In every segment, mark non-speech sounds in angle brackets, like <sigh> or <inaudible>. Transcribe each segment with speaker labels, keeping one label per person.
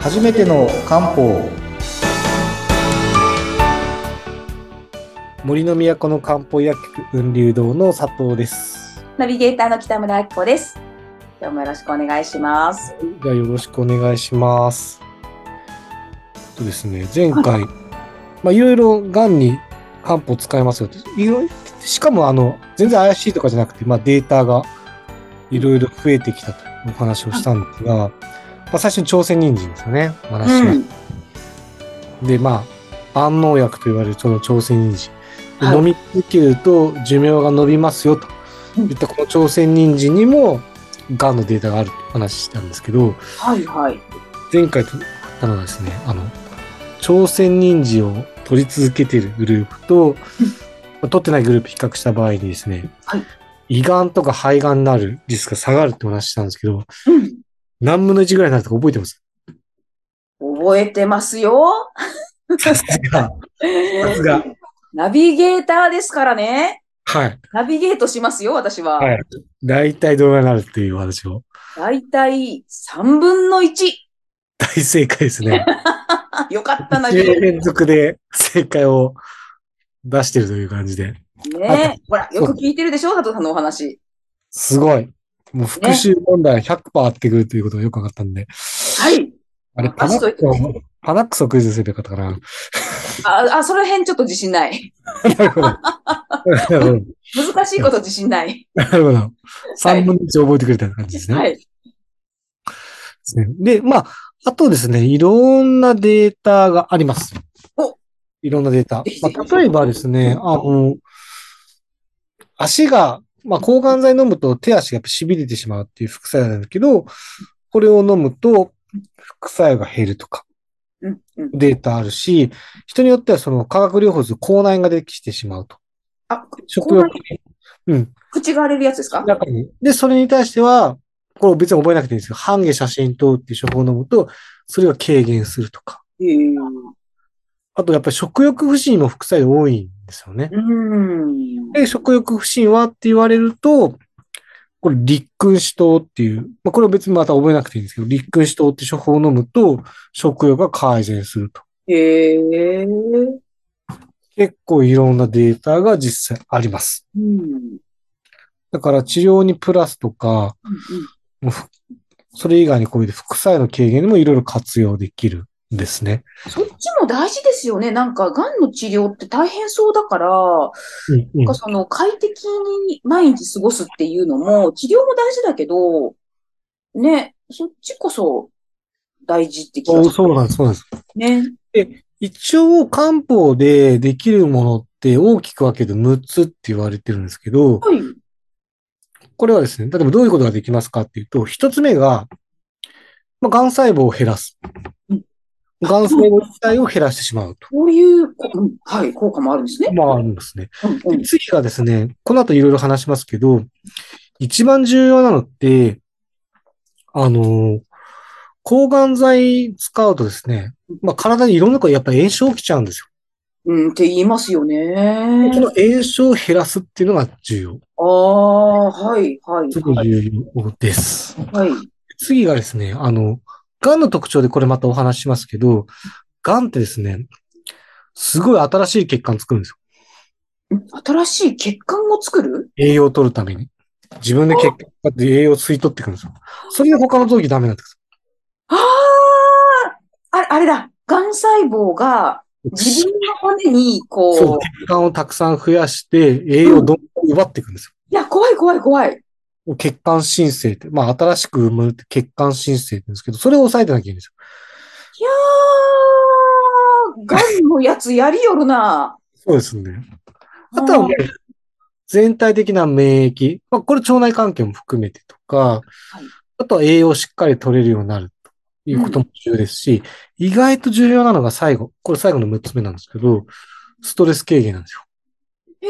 Speaker 1: 初めての漢方森の都の漢方薬局雲流堂の佐藤です
Speaker 2: ナビゲーターの北村明子です。今日もよろしくお願いします。
Speaker 1: じゃあよろしくお願いしますえっとですね前回まあいろいろがんに漢方使えますよっていろいろしかもあの全然怪しいとかじゃなくて、まあ、データがいろいろ増えてきたというお話をしたんですが、まあ、最初に朝鮮人参ですよねお話が、
Speaker 2: うん、
Speaker 1: でまあ万能薬と言われるその朝鮮人参、
Speaker 2: はい
Speaker 1: 飲み続けると寿命が延びますよと
Speaker 2: うん
Speaker 1: いったこの朝鮮人参にもがんのデータがあるとお話ししたんですけど
Speaker 2: はいはい。
Speaker 1: 前回とったのはですねあの朝鮮人参を取り続けているグループと、まあ取ってないグループ比較した場合にですね、
Speaker 2: はい
Speaker 1: 胃がんとか肺がんになるリスクが下がるってお話ししたんですけど
Speaker 2: うん
Speaker 1: 何分の1ぐらいになるとか覚えてます
Speaker 2: 覚えてますよ。
Speaker 1: さすが。さすが。
Speaker 2: ナビゲーターですからね。
Speaker 1: はい。
Speaker 2: ナビゲートしますよ、私は。
Speaker 1: はい大体どうになるっていうお話を。
Speaker 2: だいたい3分の1。
Speaker 1: <laughs> 大正解です
Speaker 2: <laughs>
Speaker 1: ね。
Speaker 2: よかった、ナビゲ
Speaker 1: 10
Speaker 2: ー
Speaker 1: 連続で正解を出してるという感じで。
Speaker 2: ト。
Speaker 1: あ
Speaker 2: ねほら、よく聞いてるでしょ、佐藤さんのお話。
Speaker 1: すごい。もう復習問題100%合ってくるということがよく分かったんで。
Speaker 2: はい。
Speaker 1: あれ、パナックス、パナックスをクイズすればよかったかな。
Speaker 2: あ、あ、その辺ちょっと自信ない。
Speaker 1: なる <laughs> ほど。なるほど。
Speaker 2: 難しいこと自信ない。
Speaker 1: なるほど。3分の1覚えてくれた感じですね。
Speaker 2: はい。
Speaker 1: ですねで、まあ、あとですね、いろんなデータがあります
Speaker 2: お。
Speaker 1: いろんなデータ
Speaker 2: ぜひ。ぜひ
Speaker 1: まあ、例えばですね、あの、足が、まあ、抗がん剤飲むと手足がやっぱ痺れてしまうっていう副作用なんだけど、これを飲むと副作用が減るとか
Speaker 2: うん、うん。
Speaker 1: データあるし、人によってはその化学療法すると口内炎ができてしまうと。
Speaker 2: あ、
Speaker 1: 食欲に。うん。
Speaker 2: 口が荒れるやつですか
Speaker 1: 中に。で、それに対しては、これ別に覚えなくていいんですけど、半下写真等っていう処方を飲むと、それが軽減するとか。
Speaker 2: えー
Speaker 1: あと、やっぱり食欲不振も副作用多いんですよね。
Speaker 2: うーん。
Speaker 1: で、食欲不振はって言われると、これ、立君子糖っていう、まあ、これは別にまた覚えなくていいんですけど、立君子糖って処方を飲むと、食欲が改善すると。
Speaker 2: へえー。
Speaker 1: 結構いろんなデータが実際あります。
Speaker 2: うん。
Speaker 1: だから、治療にプラスとか、もうふそれ以外にこういう副作用の軽減にもいろいろ活用できるんですね。
Speaker 2: そっちも大事ですよね。なんか、がんの治療って大変そうだから、
Speaker 1: うん
Speaker 2: なんかその快適に毎日過ごすっていうのも、治療も大事だけど、ね、そっちこそ大事って気が
Speaker 1: そう
Speaker 2: する。
Speaker 1: そうなんです、そうなんです。
Speaker 2: ね。
Speaker 1: 一応、漢方でできるものって大きく分けて6つって言われてるんですけど、
Speaker 2: はい。
Speaker 1: これはですね、例えばどういうことができますかっていうと、一つ目が、まあ、癌細胞を減らす
Speaker 2: うん。
Speaker 1: 癌細胞自体を減らしてしまうと。
Speaker 2: こういうこ、うんはい、効果もあるんですね。
Speaker 1: まあ、あるんですね。
Speaker 2: うんうん。
Speaker 1: 次がですね、この後いろいろ話しますけど、一番重要なのって、あの、抗がん剤使うとですね、まあ、体にいろんなことやっぱり炎症起きちゃうんですよ。
Speaker 2: うん、って言いますよね
Speaker 1: こ。の炎症を減らすっていうのが重要。
Speaker 2: ああ、はい、はい、
Speaker 1: すごい
Speaker 2: はい。
Speaker 1: 重要です。
Speaker 2: はい。
Speaker 1: 次がですね、あの、癌の特徴でこれまたお話ししますけど、癌ってですね、すごい新しい血管作るんですよ。
Speaker 2: うん新しい血管を作る
Speaker 1: 栄養を取るために。自分で血管使って栄養を吸い取っていくんですよ。それが他の臓器ダメなんです
Speaker 2: あああれ、あれだ。がん細胞が
Speaker 1: よ。
Speaker 2: 自分の骨に、こ
Speaker 1: そう
Speaker 2: う、
Speaker 1: 血管をたくさん増やして、栄養をどんどん奪っていくんですよ。
Speaker 2: いや、怖い怖い怖い。
Speaker 1: もう血管新生って、まあ新しく生まれて血管新生って言うんですけど、それを抑えてなきゃいけないんですよ。
Speaker 2: いやー、ガンのやつやりよるな。
Speaker 1: そうですね。あとはもう
Speaker 2: うん、
Speaker 1: 全体的な免疫。まあ、これ腸内環境も含めてとか、
Speaker 2: はい
Speaker 1: あとは栄養をしっかり取れるようになるということも重要ですし、意外と重要なのが最後、これ最後の6つ目なんですけど、ストレス軽減なんですよ。や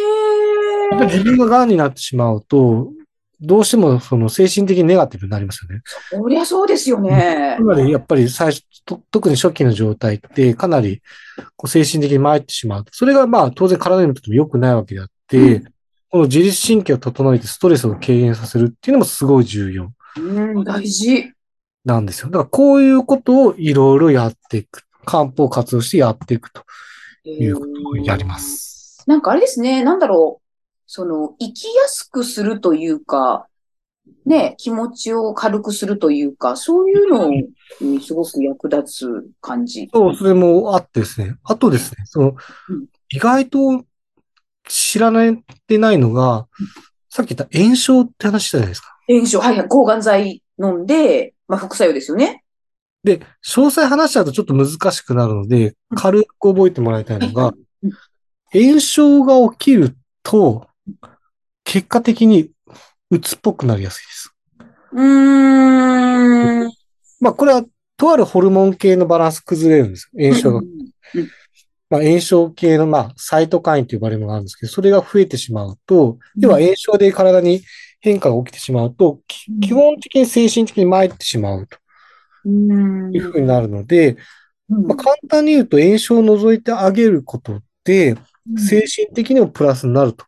Speaker 1: っぱ
Speaker 2: へ
Speaker 1: り
Speaker 2: え、
Speaker 1: 自分が癌になってしまうと、どうしてもその精神的にネガティブになりますよね。
Speaker 2: そりゃそうですよね
Speaker 1: つ。まりやっぱり最初、と特に初期の状態ってかなりこう精神的に参ってしまう。それがまあ当然体にとっても良くないわけであって、
Speaker 2: うん
Speaker 1: この自律神経を整えてストレスを軽減させるっていうのもすごい重要。
Speaker 2: うん、大事。
Speaker 1: なんですよ。だからこういうことをいろいろやっていく。漢方を活用してやっていくということをやります。
Speaker 2: なんかあれですね、なんだろう。その、生きやすくするというか、ね、気持ちを軽くするというか、そういうのにすごく役立つ感じ。
Speaker 1: そう、それもあってですね。あとですね、その
Speaker 2: うん、
Speaker 1: 意外と知られてないのが、さっき言った炎症って話したじゃないですか。
Speaker 2: 炎症、はいはい、抗がん剤飲んで、まあ副作用ですよね。
Speaker 1: で、詳細話しちゃうとちょっと難しくなるので、軽く覚えてもらいたいのが
Speaker 2: うん、
Speaker 1: 炎症が起きると、結果的に鬱っぽくなりやすいです。
Speaker 2: うーん。
Speaker 1: まあ、これは、とあるホルモン系のバランス崩れるんですよ。炎症が。まあ、炎症系の、まあ、サイトカインと呼ばれるものがあるんですけど、それが増えてしまうと、
Speaker 2: うん
Speaker 1: 要は炎症で体に変化が起きてしまうと、き
Speaker 2: うん
Speaker 1: 基本的に精神的に参ってしまうと
Speaker 2: うん。
Speaker 1: いうふうになるので、
Speaker 2: うん
Speaker 1: まあ、簡単に言うと炎症を除いてあげることで、精神的にもプラスになると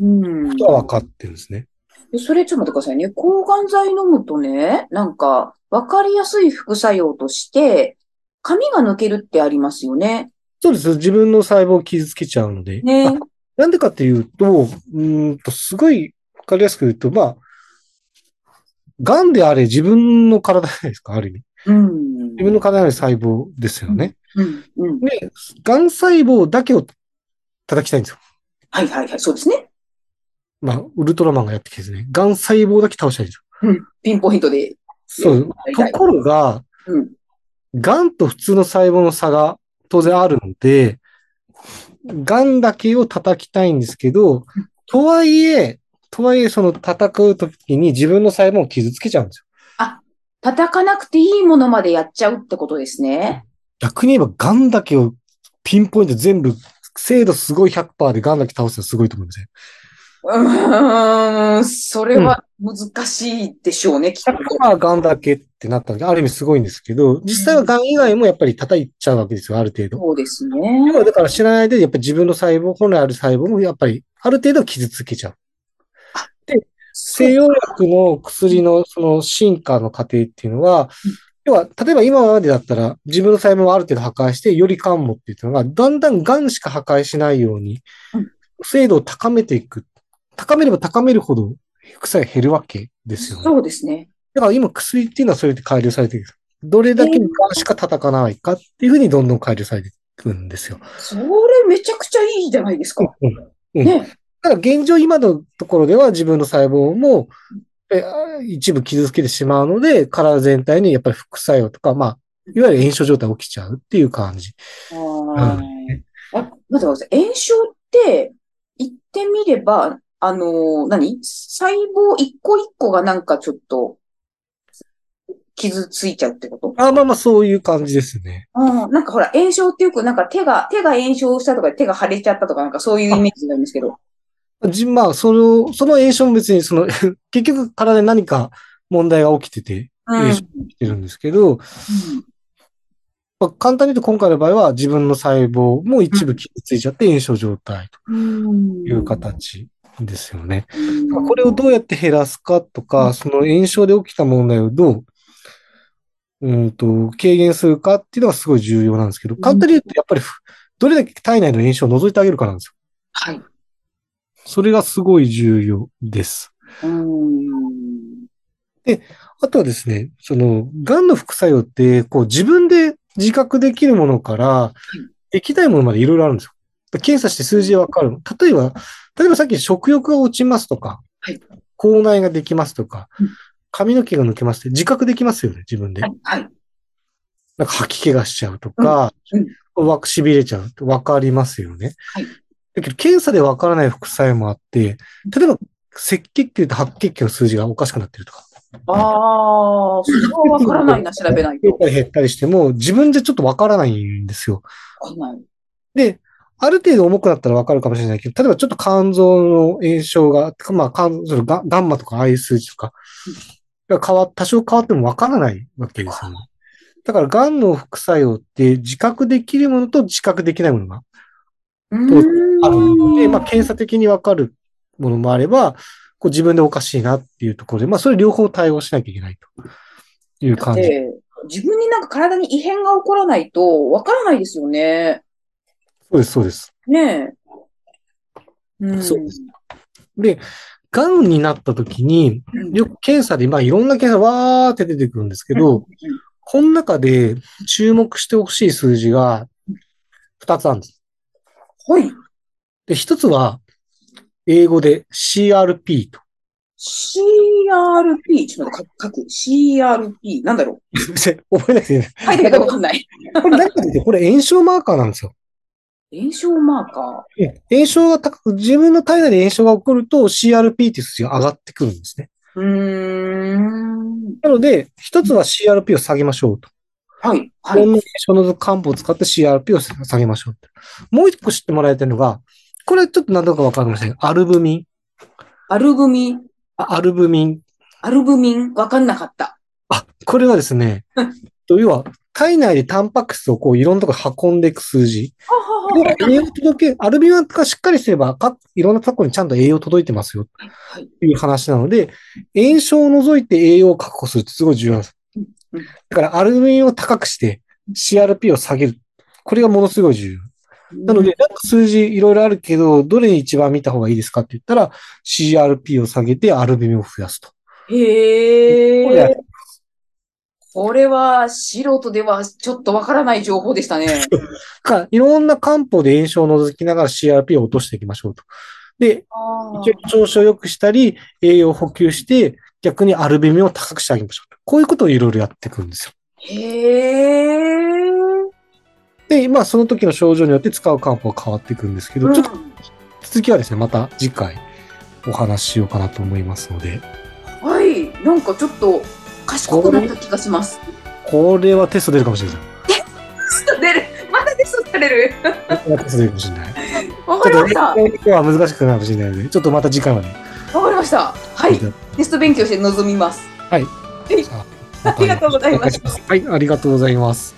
Speaker 2: うん
Speaker 1: いうことは分かってるんですね。
Speaker 2: でそれちょっと待ってくださいね。抗がん剤飲むとね、なんか、わかりやすい副作用として、髪が抜けるってありますよね。
Speaker 1: そうです。自分の細胞を傷つけちゃうので、
Speaker 2: ね。
Speaker 1: なんでかっていうと、うーんと、すごいわかりやすく言うと、まあ、癌であれ自分の体じゃないですか、ある意味。
Speaker 2: うん。
Speaker 1: 自分の体の細胞ですよね。
Speaker 2: うん。うん。
Speaker 1: で、癌細胞だけを叩きたいんですよ。
Speaker 2: はいはいはい。そうですね。
Speaker 1: まあ、ウルトラマンがやってきてですね。癌細胞だけ倒したいんですよ。
Speaker 2: ピンポイントで。
Speaker 1: そう。と
Speaker 2: はい
Speaker 1: ころが、
Speaker 2: うん。
Speaker 1: 癌と普通の細胞の差が当然あるので、癌だけを叩きたいんですけど、とはいえ、とはいえ、その叩くときに自分の細胞を傷つけちゃうんですよ。
Speaker 2: 叩かなくていいものまでやっちゃうってことですね。
Speaker 1: 逆に言えば、ガンだけをピンポイント全部、精度すごい100%でガンだけ倒すのはすごいと思うんですね。
Speaker 2: うーん。それは難しいでしょうね、きっと。
Speaker 1: 100%ガンだけってなったので、ある意味すごいんですけど、実際はガン以外もやっぱり叩いちゃうわけですよ、ある程度。
Speaker 2: そうですね。
Speaker 1: だから知らないで、やっぱり自分の細胞、本来ある細胞もやっぱり、ある程度傷つけちゃう。西洋薬の薬のその進化の過程っていうのは、要は、例えば今までだったら自分の細胞をある程度破壊して、より肝もって言ったのが、だんだん癌しか破壊しないように
Speaker 2: うん、
Speaker 1: 精度を高めていく。高めれば高めるほど副作用減るわけですよね。
Speaker 2: そうですね。
Speaker 1: だから今薬っていうのはそうやって改良されていく。どれだけ癌しか叩かないかっていうふうにどんどん改良されていくんですよ。
Speaker 2: それめちゃくちゃいいじゃないですか。
Speaker 1: うん
Speaker 2: ね。
Speaker 1: ただ現状今のところでは自分の細胞もえあ一部傷つけてしまうので、体全体にやっぱり副作用とか、まあ、いわゆる炎症状態起きちゃうっていう感じ。
Speaker 2: はーい。あ、待ってください。炎症って、言ってみれば、あのー何細胞一個一個がなんかちょっと、傷ついちゃうってこと
Speaker 1: あまあまあそういう感じですね。
Speaker 2: うん。なんかほら、炎症ってよくなんか手が、手が炎症したとか手が腫れちゃったとかなんかそういうイメージなんですけど。
Speaker 1: じまあ、その、その炎症も別にその、 <laughs> 結局体に何か問題が起きてて、
Speaker 2: うん。
Speaker 1: 炎症起きてるんですけど、まあ、簡単に言うと今回の場合は自分の細胞も一部傷ついちゃって炎症状態
Speaker 2: うん
Speaker 1: という。形ですよね。
Speaker 2: うん
Speaker 1: これをどうやって減らすかと
Speaker 2: う
Speaker 1: か、
Speaker 2: ん
Speaker 1: その炎症で起きた問題をどう、うんと、軽減するかっていうのがすごい重要なんですけど、
Speaker 2: ん
Speaker 1: 簡単に言うと、やっぱりふ、どれだけ体内の炎症を除いてあげるかなんですよ。
Speaker 2: はい。
Speaker 1: それがすごい重要です。
Speaker 2: うん。
Speaker 1: あとはですね、その、癌の副作用って、こう、自分で自覚できるものから、できないものまでいろいろあるんですよ。検査して数字がわかる。例えば、例えばさっき食欲が落ちますとか、
Speaker 2: はい
Speaker 1: 口内ができますとか
Speaker 2: うん、
Speaker 1: 髪の毛が抜けますって自覚できますよね、自分で
Speaker 2: は。い。はい。
Speaker 1: なんか吐き気がしちゃうとか、
Speaker 2: うん
Speaker 1: わしびれちゃうとわかりますよね。
Speaker 2: はい
Speaker 1: だけど、検査でわからない副作用もあって、例えば、赤血球と白血球の数字がおかしくなってるとか。
Speaker 2: ああ、それはわからないな、調べないと。
Speaker 1: 増えたり減ったりしても、自分じゃちょっとわからないんですよ。
Speaker 2: わかんない。
Speaker 1: で、ある程度重くなったらわかるかもしれないけど、例えばちょっと肝臓の炎症が、まあ、肝そのガガンマとかああいう数値とか、が変わ、多少変わってもわからないわけですよね。だから、癌の副作用って自覚できるものと自覚できないものが
Speaker 2: う
Speaker 1: あるので、
Speaker 2: ん
Speaker 1: まあ、検査的にわかるものもあれば、こう自分でおかしいなっていうところで、まあ、それ両方対応しなきゃいけないという感じ。
Speaker 2: で、自分になんか体に異変が起こらないと、わからないですよね。
Speaker 1: そうです、そうです。
Speaker 2: ねえ。うん。
Speaker 1: そうですで、がんになった時に、よく検査で、まあいろんな検査わーって出てくるんですけど、この中で注目してほしい数字が2つあるんです。
Speaker 2: はい。
Speaker 1: で、1つは、英語で CRP と。
Speaker 2: CRP、ちょっと待って書く。CRP、なんだろ
Speaker 1: 覚えなくていいです。
Speaker 2: う。書いてないかわかんない。
Speaker 1: これ何かというと、これ炎症マーカーなんですよ。
Speaker 2: 炎症マーカ
Speaker 1: 炎症が高く、自分の体内で炎症が起こると CRP っていう数値が上がってくるんですね。
Speaker 2: ー。うーん。
Speaker 1: なので、一つは CRP を下げましょうと。
Speaker 2: はい、はい
Speaker 1: こ。の炎症の漢方を使って CRP を下げましょうと。もう一個知ってもらいたいのが、これちょっと何だかわかりませんがアルブミン。
Speaker 2: アルブミン、
Speaker 1: あアルブミン。
Speaker 2: アルブミン、わかんなかった。
Speaker 1: あ、これはですね、
Speaker 2: <laughs>
Speaker 1: と要は、体内でタンパク質をこういろんなところ運んでいく数字。
Speaker 2: ははは
Speaker 1: 要は栄養届け、アルビンがしっかりすれば、かいろんなところにちゃんと栄養届いてますよ。
Speaker 2: はい。
Speaker 1: という話なので、炎症を除いて栄養を確保するってすごい重要なんです
Speaker 2: うんうん。
Speaker 1: だから、アルミンを高くして、CRP を下げる。これがものすごい重要。なので、なんか数字いろいろあるけど、どれに一番見た方がいいですかって言ったら、CRP を下げてアルビンを増やすと。
Speaker 2: へ
Speaker 1: これや
Speaker 2: え。これは素人ではちょっとわからない情報でしたね。
Speaker 1: <laughs> だから、いろんな漢方で炎症を除きながら CRP を落としていきましょうと。で、
Speaker 2: あ
Speaker 1: 一応調子を良くしたり、栄養を補給して、逆にアルビンを高くしてあげましょうと。こういうことをいろいろやっていくんですよ。
Speaker 2: ーへえ。
Speaker 1: で、まあ、その時の症状によって使う漢方は変わっていくんですけど、ちょっと
Speaker 2: う
Speaker 1: 続きはですね、また次回お話ししようかなと思いますので、
Speaker 2: んはい。なんかちょっと賢くなった気がします。
Speaker 1: これはテスト出るかもしれない。
Speaker 2: 出る。まだテストされる。
Speaker 1: これはテスト出るかもしれない。ち
Speaker 2: わかり
Speaker 1: ょ
Speaker 2: ま
Speaker 1: っ
Speaker 2: し
Speaker 1: と、
Speaker 2: た。わ
Speaker 1: 今日は難しくなるかもしれないので、ちょっとまた次回まで。
Speaker 2: かりました。はい。テスト勉強して臨みます。
Speaker 1: はい。じゃあまた
Speaker 2: ありがとうございました
Speaker 1: お願しますはい、ありがとうございます。